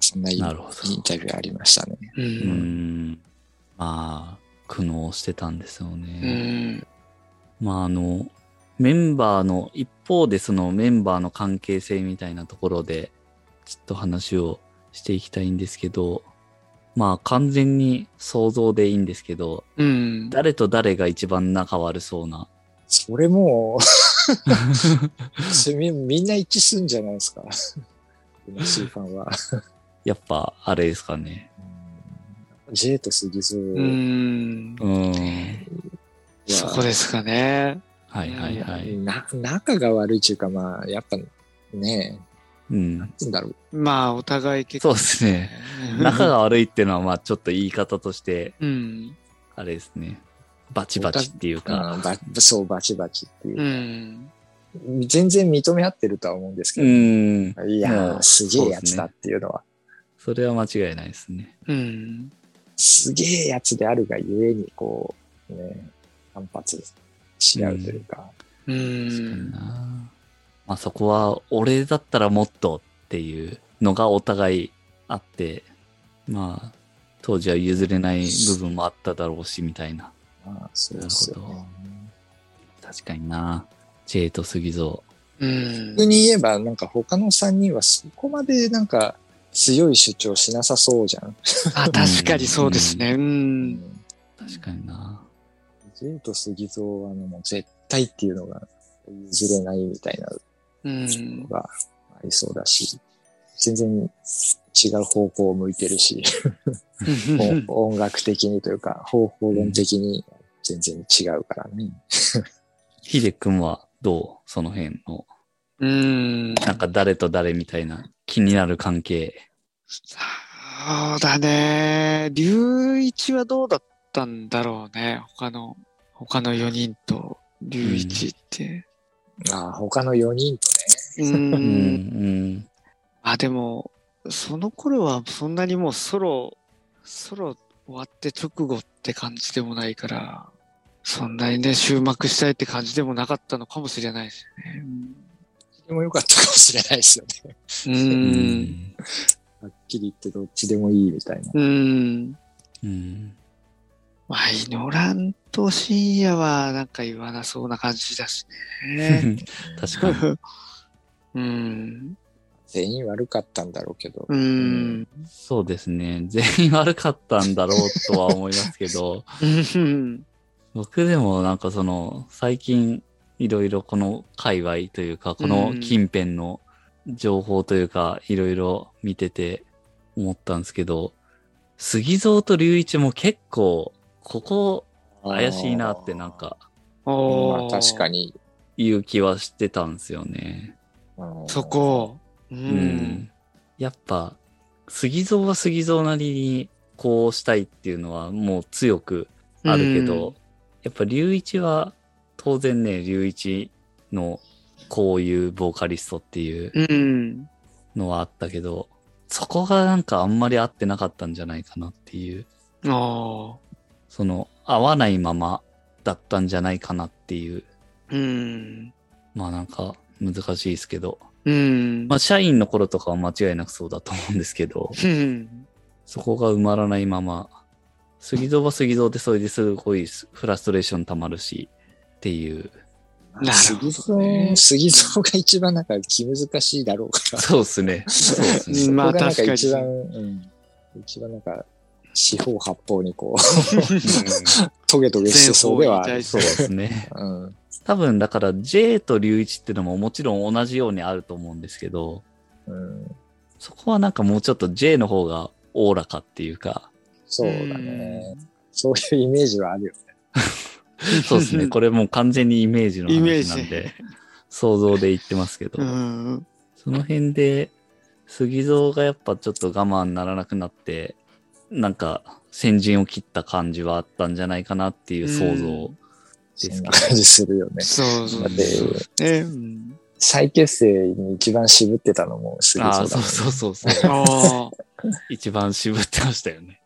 C: そんなイン
A: なるほど
C: インタビューありましたね。
B: う
A: うー
B: ん。
A: ん。まあ、苦悩してたんですよね。
B: うん。
A: まああの、メンバーの、一方でそのメンバーの関係性みたいなところで、ちょっと話をしていきたいんですけど、まあ完全に想像でいいんですけど、
B: うん。
A: 誰と誰が一番仲悪そう な。
C: それも うそれみ、みんな一致するんじゃないですか。MC ファンは。
A: やっぱ、あれですかね。
C: うんジェイと杉蔵
B: う
C: は、
B: ん。
A: うん。
B: そこですかね。
A: はいはいはい。
C: な仲が悪いというか、まあ、やっぱね、
A: うん。
C: なんだろう。
B: まあ、お互い結
A: そう
B: 構。
A: ですね。
B: うん
A: 仲が悪いっていうのは、まあちょっと言い方として、
B: うん。
A: あれですね。バチバチっていうか。
C: うんばそう、バチバチっていうう。
B: ん。
C: 全然認め合ってるとは思うんですけ
A: う
C: ど、
A: ん。
C: いや
A: う
C: ー、
A: ん
C: すげえやつだっていうのは、
A: それは間違いないですね。
B: うん。
C: すげえやつであるがゆえに、こう、ね、反発し合うという
B: う
C: か、
A: 確かに
B: ん。
A: な。まあそこは、俺だったらもっとっていうのがお互いあって、まあ、当時は譲れない部分もあっただろうし、みたいな。
C: まあ、そうですよ
A: なるほ
C: ね。
A: 確かにな。ジェイと杉蔵。
B: うん。
C: 逆に言えば、なんか他の3人はそこまでなんか強い主張しなさそうじゃん。
B: あ、確かにそうですね。う。
C: うん
A: 確かにな。
C: ジェイと杉蔵はね、もう絶対っていうのが譲れないみたいな
B: う
C: の
B: ん。
C: がありそうだし、全然違う方向を向いてるし、音楽的にというか、方法論的に全然違うからね。
A: ヒデ君はどうその辺の。
B: うん。
A: なんか誰と誰みたいな気になる関係。
B: そうだね。龍一はどうだったんだろうね。他の、他の4人と龍一って。
C: ああ他の4人と
B: う。
A: うんん、
B: あ、でも、その頃はそんなにもうソロ、ソロ終わって直後って感じでもないから、そんなにね、終幕したいって感じでもなかったのかもしれないですね。
C: どっちでも良かったかもしれないですよね。
B: う。
A: うんん。
C: はっきり言ってどっちでもいいみたいな。
B: うん。
A: うん。
B: まあ、イノランと深夜はなんか言わなそうな感じだし ね。
A: 確かに。
B: うん。
C: 全員悪かったんだろうけど。
B: うん。
A: そうですね。全員悪かったんだろうとは思いますけど。
B: うん。
A: 僕でもなんかその最近いろいろこの界隈というかこの近辺の情報というかいろいろ見てて思ったんですけど杉蔵と龍一も結構ここ怪しいなってなん。か
C: ま
B: お
C: あ
B: ー
C: 確かに。
A: いう気はしてたんですよね。
C: うん
B: そ。こ。う。
A: うんやっぱ杉蔵は杉蔵なりにこうしたいっていうのはもう強くあるけど、やっぱ龍一は当然ね龍一のこういうボーカリストっていう
B: うん。うん。
A: のはあったけど、そこがなんかあんまり合ってなかったんじゃないかなっていう
B: あ
A: その合わないままだったんじゃないかなっていう
B: あ。うん。
A: まあなんか難しいですけど
B: うん。
A: まあ社員の頃とかは間違いなくそうだと思うんですけど
B: うん。
A: そこが埋まらないまま杉蔵は杉蔵でそれですごいフラストレーション溜まるしっていう
B: なるほどね
C: 杉蔵、杉蔵が一番なんか気難しいだろうから。
A: そうですね。そうですね。
C: そこ
B: まあ
C: がなんか一番、
B: 確
C: うん、一番なんか、四方八方にこう、 トゲトゲしてそうではある。
A: そうですね。
C: うん。
A: 多分だから J と龍一っていうのももちろん同じようにあると思うんですけど、
C: うん。
A: そこはなんかもうちょっと J の方がおおらかっていうか、
C: そうだね。そういうイメージはあるよ。
A: そうですね。これもう完全にイメージの
B: イメー
A: 話
B: ジ
A: なんで、想像で言ってますけど、
B: うん。
A: その辺で杉蔵がやっぱちょっと我慢ならなくなって、なんか先陣を切った感じはあったんじゃないかなっていう想像ですけど
C: そんな感じするよね。
B: そうそう
C: だって、
B: ね。うん
C: 再結成に一番渋ってたのも杉
A: あ
C: 蔵
A: あ、
C: だ
A: そう
C: も
A: ん
C: ね
A: そうそう そう。
B: ああ。
A: 一番渋ってましたよね。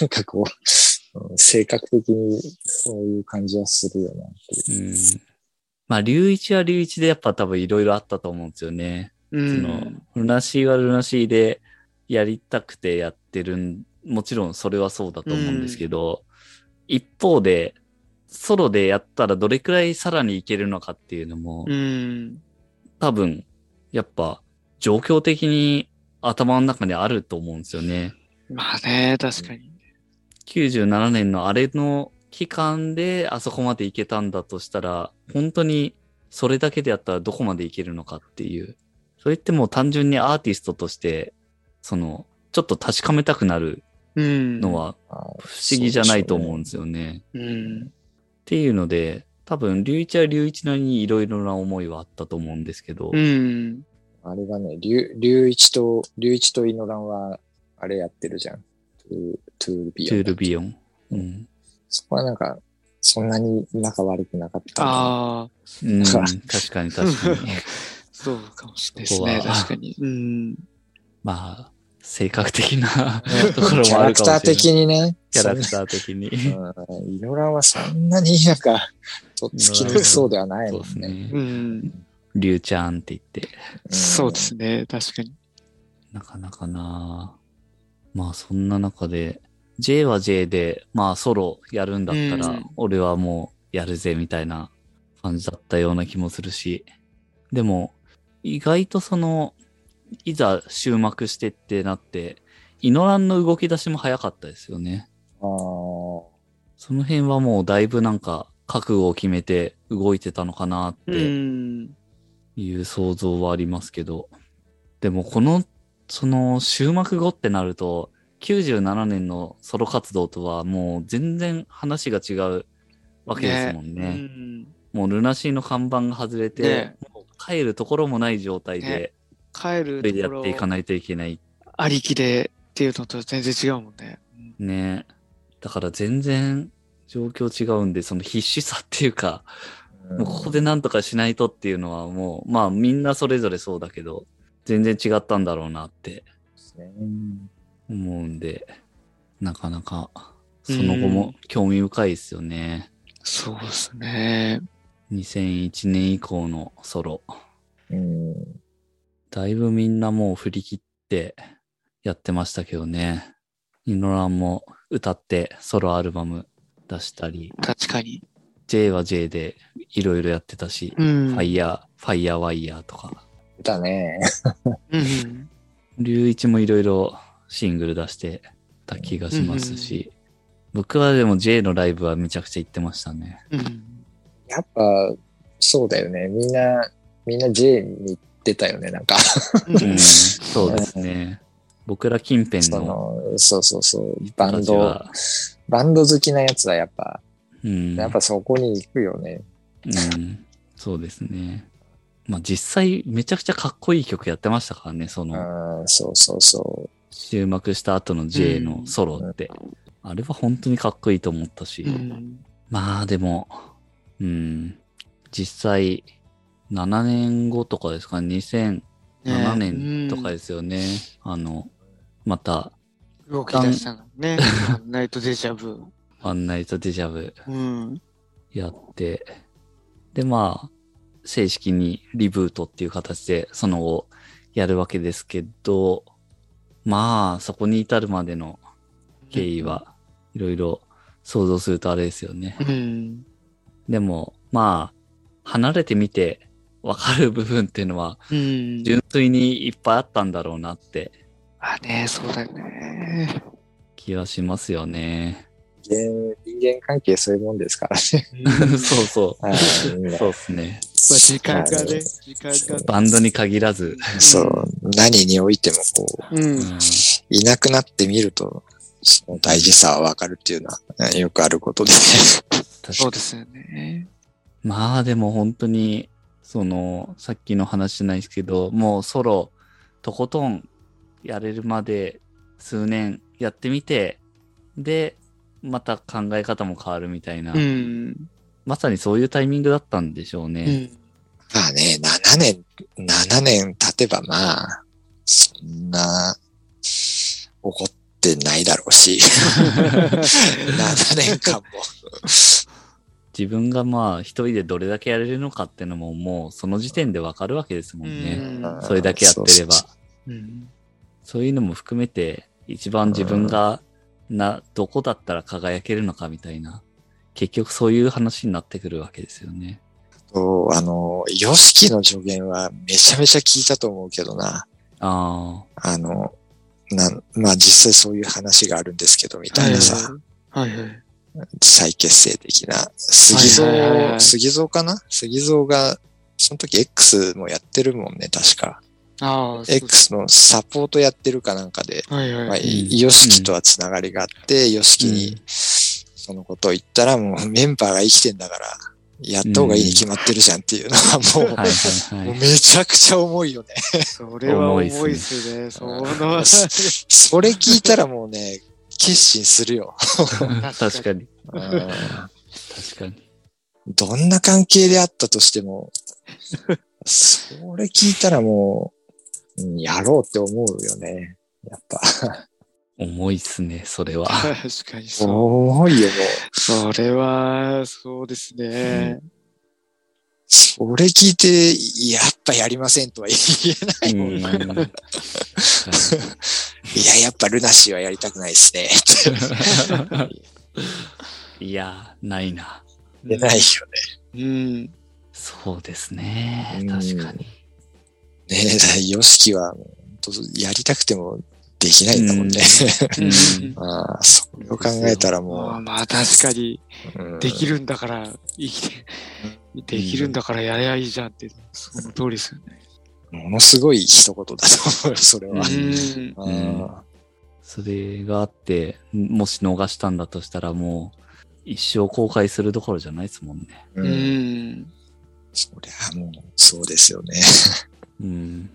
C: なんかこう、うん性格的にそういう感じはするよなっていう
A: うん。まあ、龍一は龍一でやっぱ多分いろいろあったと思うんですよね。
B: う
A: その、ルナシーはルナシーでやりたくてやってるん、もちろんそれはそうだと思うんですけど、一方で、ソロでやったらどれくらいさらにいけるのかっていうのも、
B: うん。
A: 多分、やっぱ、状況的に頭の中にあると思うんですよね。
B: まあね、確かに。
A: 97年のあれの期間であそこまで行けたんだとしたら、本当にそれだけでやったらどこまで行けるのかっていう。それってもう単純にアーティストとして、その、ちょっと確かめたくなる
B: うん。
A: の。は
C: 不
A: 不
C: 思
A: 思議じゃないと思うんですよね。
B: うん。
A: っていうので、多分、龍一は龍一なりにいろいろな思いはあったと思うんですけど、
B: うん。
C: あれだね、龍龍一と、龍一とイノランは、あれやってるじゃん。トゥートゥールビ
A: ト
C: ア
A: ゥ
C: ン。
A: ールビヨン。うん。
C: そこはなんか、そんなに仲悪くなかったな。
B: ああ、
A: うん、確かに 確かに。
B: そうかもしれないです
A: そ
B: ね。
A: こは
B: 確かに。うん。
A: まあ、性格的な
C: ね
A: ところもあるかもしれない
C: キャラクター的にね。
A: キャラクター的に。
C: そんなうんイノランはそんなになんか、とっつきにくそうではない
A: そう
C: もん
A: です
C: ね。
A: ね。
B: うん。
A: 龍ちゃんって言って、
C: ん
B: そうで。すね。確かに。
A: なかなかなまあ、そんな中で、J は J で、まあ、ソロやるんだった
B: う
A: ら
B: ん、
A: 俺はもうやるぜ、みたいな感じだったような気もするし。でも、意外とその、いざ終幕してってなって、イノランの動き出しも早かったですよね。
C: あー
A: その辺はもうだいぶなんか覚悟を決めて動いてたのかなっ
B: う
A: て
B: ん。
A: いう想像はありますけど、でもこの、その終幕後ってなると、97年のソロ活動とはもう全然話が違うわけですもんね。
B: うん。
A: もうルナシーの看板が外れて、
B: ね
A: もう帰るところもない状態
B: ね
A: で、
B: 帰
A: それで
B: る
A: や
B: と
A: っ
B: こ
A: ていか
B: ろ
A: ないといけない。
B: ありきでっていうのと全然違うもんね。うん
A: ね。だから全然状況違うんで、その必死さっていうか、
C: うん
A: もうここでなんとかしないとっていうのはもう、まあみんなそれぞれそうだけど、全然違ったんだろうなって
C: ですねうん
A: 思うんで、なかなか、その後も興味深いですよね。
B: そうですね。
A: 2001年以降のソロ。
C: うん。
A: だいぶみんなもう振り切ってやってましたけどね。イノランも歌ってソロアルバム出したり、
B: 確かに。
A: J は J でいろいろやってたし、
B: うん。
A: ファイヤー、ファイヤーワイヤーとか。
C: だね。
B: うん。
A: 龍一もいろいろシングル出してた気がしますし、僕はでも J のライブはめちゃくちゃ行ってましたね。
B: うん。
C: やっぱ、そうだよね。みんな、みんな J に行ってたよね。なんか、
B: う
A: うんん、そうですね。僕ら近辺
C: そ
A: の
C: の、そうそうそう。バ
A: 人た
C: ン
A: ち
C: ド、
A: は、
C: バンド好きなやつはやっぱ、
A: うん、
C: やっぱそこに行くよね。
A: うん、そうですね。まあ実際めちゃくちゃかっこいい曲やってましたからね、その
C: うん、そうそうそ
A: 終幕した後の J のソロって。あれは本当にかっこいいと思ったし。
B: うん
A: まあでも、うん、実際、7年後とかですかね、2007年とかですよね。あの、また、
B: 動き出したのね。ナイトデジャブ。
A: ワンナイトデジャブ
B: うん。
A: やって、で、まあ、正式にリブートっていう形で、その後、やるわけですけど、まあ、そこに至るまでの経緯はいろいろ想像するとあれですよね。
B: うん。
A: でも、まあ、離れてみてわかる部分っていうのは、
B: うん。
A: 純粋にいっぱいあったんだろうなって
B: あね、そうだよね。
A: 気はしますよね。
C: う。人間人間関係そういうもんですからね。
A: そうそ
C: はいみん
A: う。
C: な
A: そうですね。
B: まあ時間がね、時間が。
A: バンドに限らず、
C: そう、何においてもこう、
B: う。
A: うんん
C: いなくなってみると、その大事さはわかるっていうのは、うんよくあることで。
B: そうですよね。
A: まあでも本当に、その、さっきの話じゃないですけど、もうソロ、とことんやれるまで数年やってみて、で、また考え方も変わるみたいな、
B: うん。
A: まさにそういうタイミングだったんでしょうね。
B: うん。
C: まあね、7年、7年経てばまあ、そんな、怒ってないだろうし、7年間も。
A: 自分がまあ一人でどれだけやれるのかってのももうその時点でわかるわけですもんね。
B: うん
A: それだけやってれば。
C: そうそう
B: うん
A: そういうのも含めて一番自分がな、どこだったら輝けるのかみたいな。結局そういう話になってくるわけですよね。
C: そうあの、ヨシキの助言はめちゃめちゃ聞いたと思うけどな。
A: あ
C: あの、なんまあ実際そういう話があるんですけど、みたいなさ。
B: はいはい。
C: 再結成的な、杉
B: はいはいはいは
C: 蔵、
B: い
C: 杉蔵かな杉蔵が、その時 X もやってるもんね、確か。
B: ああ、そう
C: X のサポートやってるかなんかで、
B: はいはい。
C: まあ、
B: はい
A: うん
C: ヨシキとはつながりがあって、ヨシキ
A: う
C: に
A: ん
C: そのことを言ったら、もうメンバーが生きてんだから、やった方がいいに決まってるじゃんっていうのはも
A: あ。
C: う、
A: はいはい
C: も
A: は
C: う
A: い。
C: めちゃくちゃ重い よね。
B: それは重いっすね。その、
C: それ聞いたらもうね、決心するよ。
A: 確かに。
C: うん
A: 確かに。
C: どんな関係であったとしても、それ聞いたらもう、うんやろうって思うよね。やっぱ。
A: 重いっすね、それは。
B: 確かにそう。
C: 重いよ、もう。
B: それは、そうですね。
C: それ聞いて、やっぱやりませんとは言えな
A: うん確かに
C: い。いや、やっぱルナシーはやりたくないですね。
A: いやー、ないな。
C: 言えないよ
B: うん。
A: そうですね
C: う。ん
A: 確かに。
C: ね。ねえ、だからヨシキは、ほんとやりたくてもできないんだもんね。
A: うん
C: ああ、それを考えたら
B: まあ
C: も
B: まあ、確かに、
C: う、うん
B: できるんだから、生きて、できるんだからやりゃいいじゃんって、その通りですよね。
C: ものすごい一言だと思うよ、それは。
B: うん。
A: ん
C: うん
A: それがあって、もし逃したんだとしたらもう、一生後悔するどころじゃないですもんね。
C: う
B: うんん。
C: そりゃもう、そうですよね。
A: うん。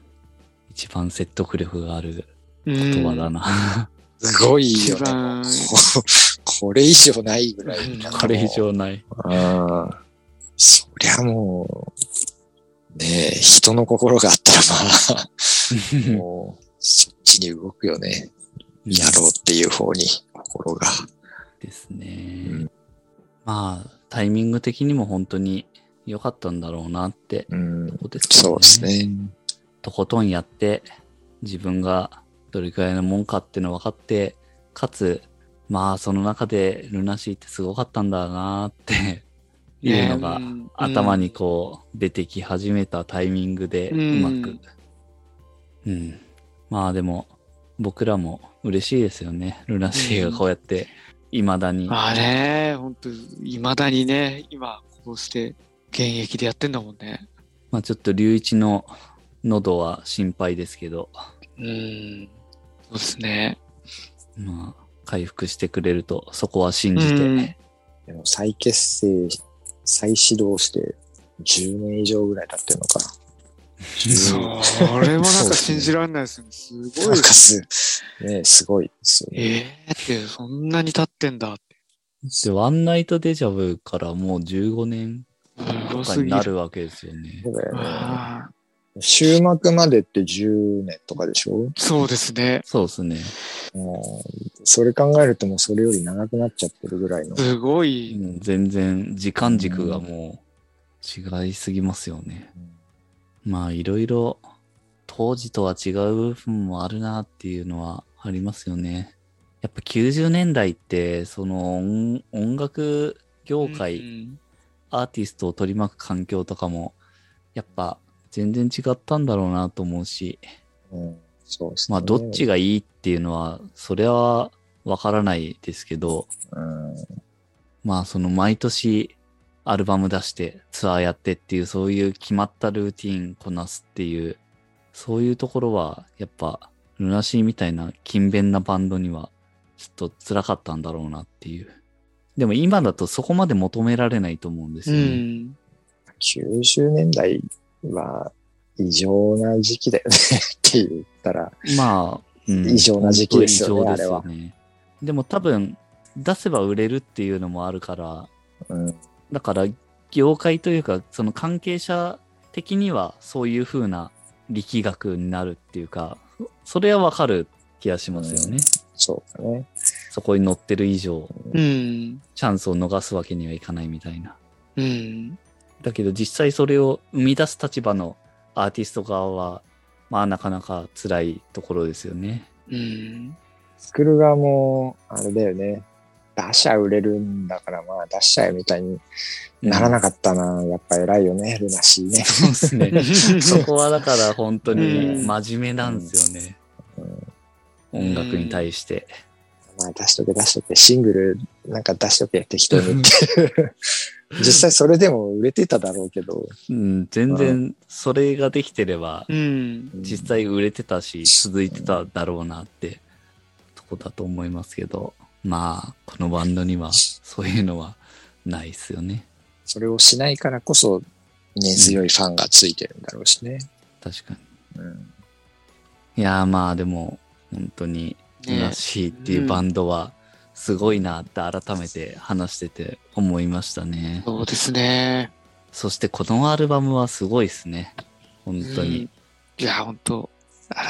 A: 一番説得力がある
B: 言
A: 言葉だ な。
C: すごいよ
B: 一
C: ね。
B: 番
C: ここれ以上ないぐらい。
A: これ以。上ない。
C: うん。そりゃもう、ねえ、人の心があったらまあ、もう、そっちに動くよね。やろうっていう方に、心が。
A: です
C: う
A: ね。まあ、タイミング的にも本当に良かったんだろうなって
C: うん。
A: ことですよ
C: そうです。ね。
A: とことんやって、自分がどれくらいのもんかっての分かって、かつ、まあ、その中でルナシーってすごかったんだなっていうのが、頭にこう出てき始めたタイミングでう
B: うん
A: まく、うんまあでも僕らも嬉しいですよねルナシーがこうやっていまだに、
B: まあね、本当いまだにね、今、こうして現役でやってんだもんね。
A: まあ、ちょっと龍一の喉は心配ですけど
B: うん。そうですね。
A: まあ回復してくれるとそこは信じ
B: う
A: て
B: ん
C: でも再結成、再始動して、10年以上ぐらい経ってるのか。
B: そうう俺もなんか信じられないですね。すご
C: ないん。かす、ねえ、すごいですよね。
B: ええって、そんなに経ってんだって。
A: でワンナイトデジャブからもう15年
B: す
A: と
B: ご
A: か
B: す
A: に
B: ぎ
A: な
B: る。
A: るわけですよね
C: そ。うだよね。
B: ああ
C: 終幕までって10年とかでしょ
B: そうですね。
A: そうですね。
C: うんそれ考えるともうそれより長くなっちゃってるぐらいの。
B: すご
A: う
B: い。
A: ん全然時間軸がもう違いすぎますよね。まあいろいろ当時とは違う部分もあるなっていうのはありますよね。やっぱ90年代ってその音音楽業界、
B: うん
A: アーティストを取り巻く環境とかもやっぱ全然違ったんだろうなと思うし、
C: うんそうですね。
A: まあどっちがいいっていうのはそれはわからないですけど、
C: うん
A: まあその毎年アルバム出してツアーやってっていうそういう決まったルーティンこなすっていうそういうところはやっぱルナシーみたいな勤勉なバンドにはちょっと辛かったんだろうなっていうでも今だとそこまで求められないと思うんです
B: う
A: よね、
B: ん。
C: 90年代は異常な時期だよね って言ったら、
A: まあ、うん
C: 異常な時期ですよね
A: 本当に異常ですよねでも多分出せば売れるっていうのもあるから
C: うん
A: だから業界というかその関係者的にはそういう風な力学になるっていうかそれはわかる気がしますよね、
C: うんそうだね。
A: そこに乗ってる以上
B: うん。
A: チャンスを逃すわけにはいかないみたいな
B: うん。
A: だけど実際それを生み出す立場のアーティスト側は、まあなかなか辛いところですよね。
B: うん。
C: 作る側も、あれだよね。出しゃ売れるんだから、まあ出しちゃえみたいにならなかったな。やっぱ偉いよね、ルナシーね。
A: そうですね。 そ こはだから本当
B: う
A: に
B: ん
A: 真面目なんですよね。音楽に対して。
C: まあ出しとけ出しとけ、シングルなんか出しとけ、適当にって。実際それでも売れてただろうけど。
A: うん、全然それができてれば
B: う、ん。
A: 実際売れてたし、続いてただろうなってとこだと思いますけど、まあ、このバンドにはそういうのはないですよね。
C: それをしないからこそ根強いファンがついてるんだろうしね。
A: 確かに。
C: うん。
A: いやーまあでも、本当に、
B: ね
A: らしいっていうバンドは、すごいなって改めて話してて思いましたね。
B: そうですね。
A: そしてこのアルバムはすごいですね。本当に。
B: うん。いや、本当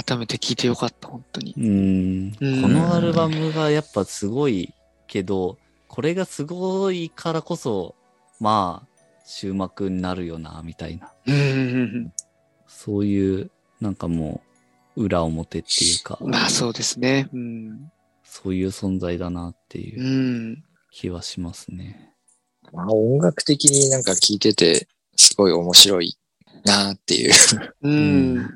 B: 改めて聞いてよかった、本当に
A: う。ん
B: うん
A: このアルバムがやっぱすごいけど、これがすごいからこそ、まあ、終幕になるよな、みたいな。
B: うん。
A: そういう、なんかもう、裏表っていうか、
B: まあ、そうですね。うん。。
A: そういう存在だなっていううん気はしますね。
C: まあ音楽的になんか聴いてて、すごい面白いなっていう。
B: うん。
C: うん。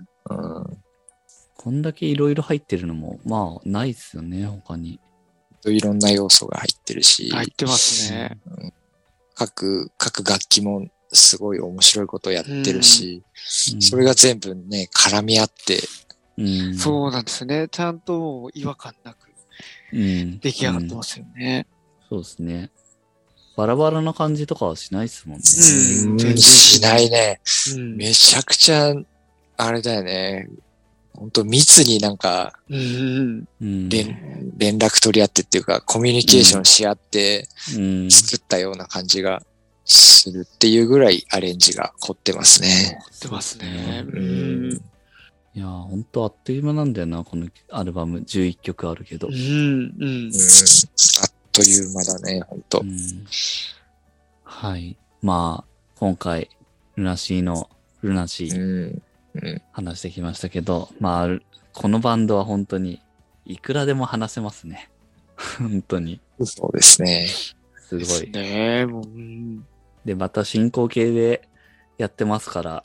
A: こんだけいろいろ入ってるのも、まあ、ないですよね、他に。
C: いろんな要素が入ってるし、
B: 入ってますね。
C: 各、各楽器もすごい面白いことやってるし、それが全部ね、絡み合って、
A: うん、う
B: そうなんですね。ちゃんともう違和感なく
A: ん、うん
B: 出来上がってますよね。
A: そうですね。バラバラな感じとかはしないですもんね。
B: うん
C: うん
B: 全然
C: しないね。
B: うん。
C: めちゃくちゃ、あれだよね。本当密になんか
B: うん。
A: うん。
C: 連、連絡取り合ってっていうか、コミュニケーションし合って
A: うん。
C: 作ったような感じがするっていうぐらいアレンジが凝ってますね。
B: 凝ってますね。
C: う
B: うん。
A: いやー、ほんとあっという間なんだよな、このアルバム。11曲あるけど
B: う。ん。うん
C: うん。あっという間だね、本当
A: うんはい。まあ、今回、ルナシーの、ルナシ
C: う
A: ー
C: ん。うん。
A: 話してきましたけど、まあ、このバンドは本当に、いくらでも話せますね。 本当に。
C: そうですね。
A: すご
B: です
A: い。
B: ね。もう、うん。
A: で、また進行形でやってますから、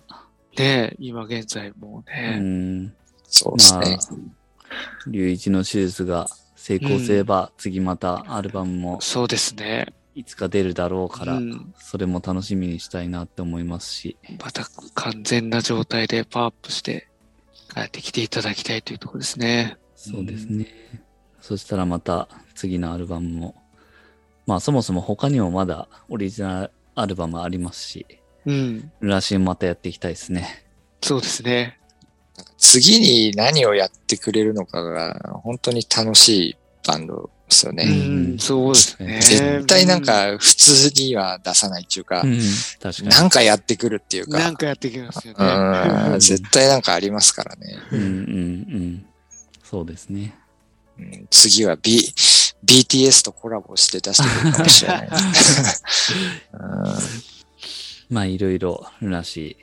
B: ね今現在もう
A: う
B: ね。
A: ん、
C: そうですね。
A: 龍一の手術が成功すれば、次またアルバムも
B: そうですね。
A: いつか出るだろうから、
B: うん
A: それも楽しみにしたいなって思いますし、
B: また完全な状態でパワーアップして帰ってきていただきたいというところですね。
A: そうですね。そしたらまた次のアルバムも、まあそもそも他にもまだオリジナルアルバムありますし、
B: うん。
A: らしいまたやっていきたいですね。
B: そうですね。
C: 次に何をやってくれるのかが、本当に楽しいバンドですよ
B: う
C: ね。
B: ん、そうですね。
C: 絶対なんか普通には出さないっていうか
A: う、ん、確か
C: なんかやってくるっていう
B: うん、な
C: か
B: ん、かやってきますよ
C: う
B: ね。
C: ん絶対なんかありますからね。
A: に。うんうんうん。そうですね。
C: うん次は B、BTS とコラボして出してくるかも しれない。
A: まあいろいろらしい、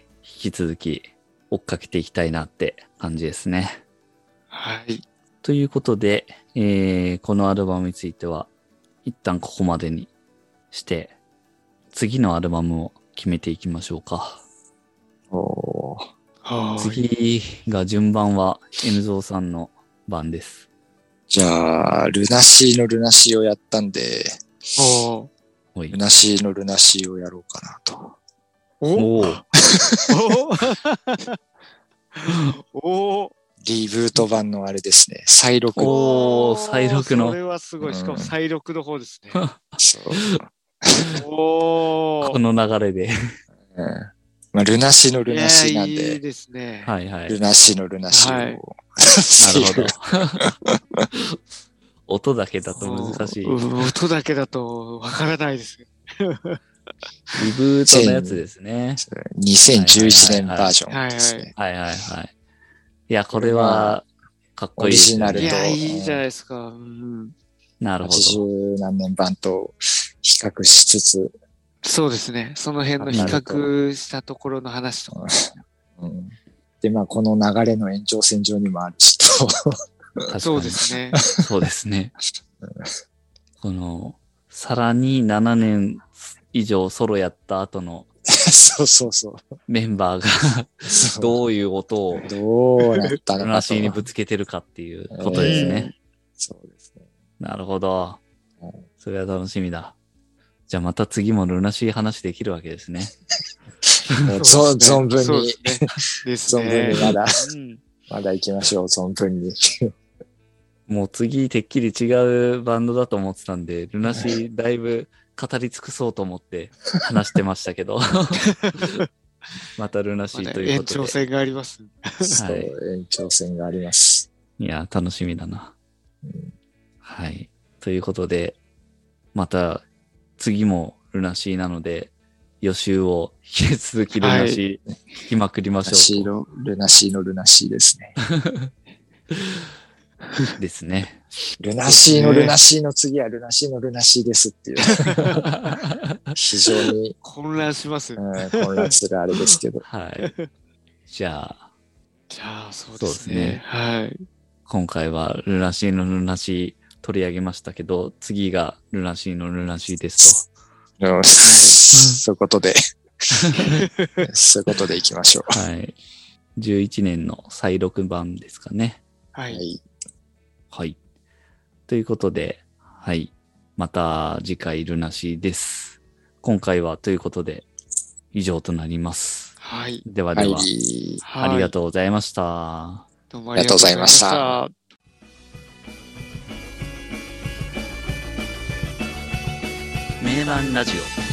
A: 引き続き追っかけていきたいなって感じですね。
B: はい。
A: ということで、えーこのアルバムについては、一旦ここまでにして、次のアルバムを決めていきましょうか。
C: うんおー
B: はい。
A: 次が順番は M ゾウさんの番です。
C: じゃあ、ルナシーのルナシーをやったんで、
B: おー
A: おい
C: ル。ナシーのルナシーをやろうかなと。
B: お
A: おー
B: おお
C: リブート版のあれですね。再録
A: おー再録の
B: それはすごい。しかも再録の方です ね。
C: そう
B: おお
A: この流れで。
C: うんまあ、ルナシーのルナシーなん
B: いやいい
C: で、
B: ですね。
A: はいはい。
C: ル
A: な
C: ナシーのルナシ
B: は
C: ー
B: い
C: を。
A: る ほど。 音だけだと難しい。リ
B: うん音だけだとわからないです。
A: ブートのやつですね。
C: 2011年バージョンです
B: はいは
C: ね。
A: はいはいはい。いや、これは、かっこいいですね、
C: オリジナル
B: い
C: と
B: や、いいじゃないですか。うん。
A: なるほど。
C: 80何年版と比較しつつ、
B: そうですね。その辺の比較したところの話とか。
C: うん、で、まあ、この流れの延長線上にもある しと。
A: 確かに
B: そうで。すね。
A: そうですね。この、さらに7年以上ソロやった後の
C: そうそうそう。
A: メンバーが
C: そう
A: どういう音を
C: どうなった
A: ル
C: のか
A: ナ
C: と
A: シ。ーにぶつけてるかっていうことですね。
C: そうですね。
A: なるほど
C: うん。
A: それは楽しみだ。じゃあまた次もルナシー話できるわけですね。
C: もうぞ 存分
B: そう
C: に、
B: です
C: 存
B: ね。
C: 分
B: で
C: にます
B: ねう
C: だ、
B: ん
C: まだ行きましょう、存分に。
A: もう次てっきり違うバンドだと思ってたんで、ルナシーだいぶ語り尽くそうと思って話してましたけ ど。またルナシ
B: ま
A: ーと
B: だ
A: いうこ
B: 延
A: と
B: 長
A: で。
B: 戦があります。
C: そう、延長戦があります。
A: いや、楽しみだな。
C: うん
A: はい。ということで、また次もルナシーなので、予習を引き続きルナシー聞きまくりま
C: ルナ
A: し
C: シ
A: ょ
C: ーの、ルナシーのルナシーですね。
A: う。ですね。
C: ルナシーの
B: そうですね
C: ルナシーの次はルナシーのルナシーですっていう、
A: は
C: 非常に、
B: 混乱します。
C: うん、混乱するあれですけど。
A: い。じゃあ、
B: じゃあ、そうで
A: そうですす
B: ね。
A: ね
B: はい。
A: 今回はルナシーのルナシー取り上げましたけど、次がルナシーのルナシーです
C: うん、そういうことで、 そういうことで行きましょ
A: と。はい。11年の再録版ですかね。
B: は。
C: う。はいい。
A: はい。ということで、はい。また次回ルナシーです。今回はということで、以上となります。
B: はい。
A: では
C: は
A: で
C: い
A: は、。
B: は
A: ありが
B: と
A: とうございました。
B: う。どうも
C: ありがとうございました
B: ありがとうございました。
A: 名盤ラジオ。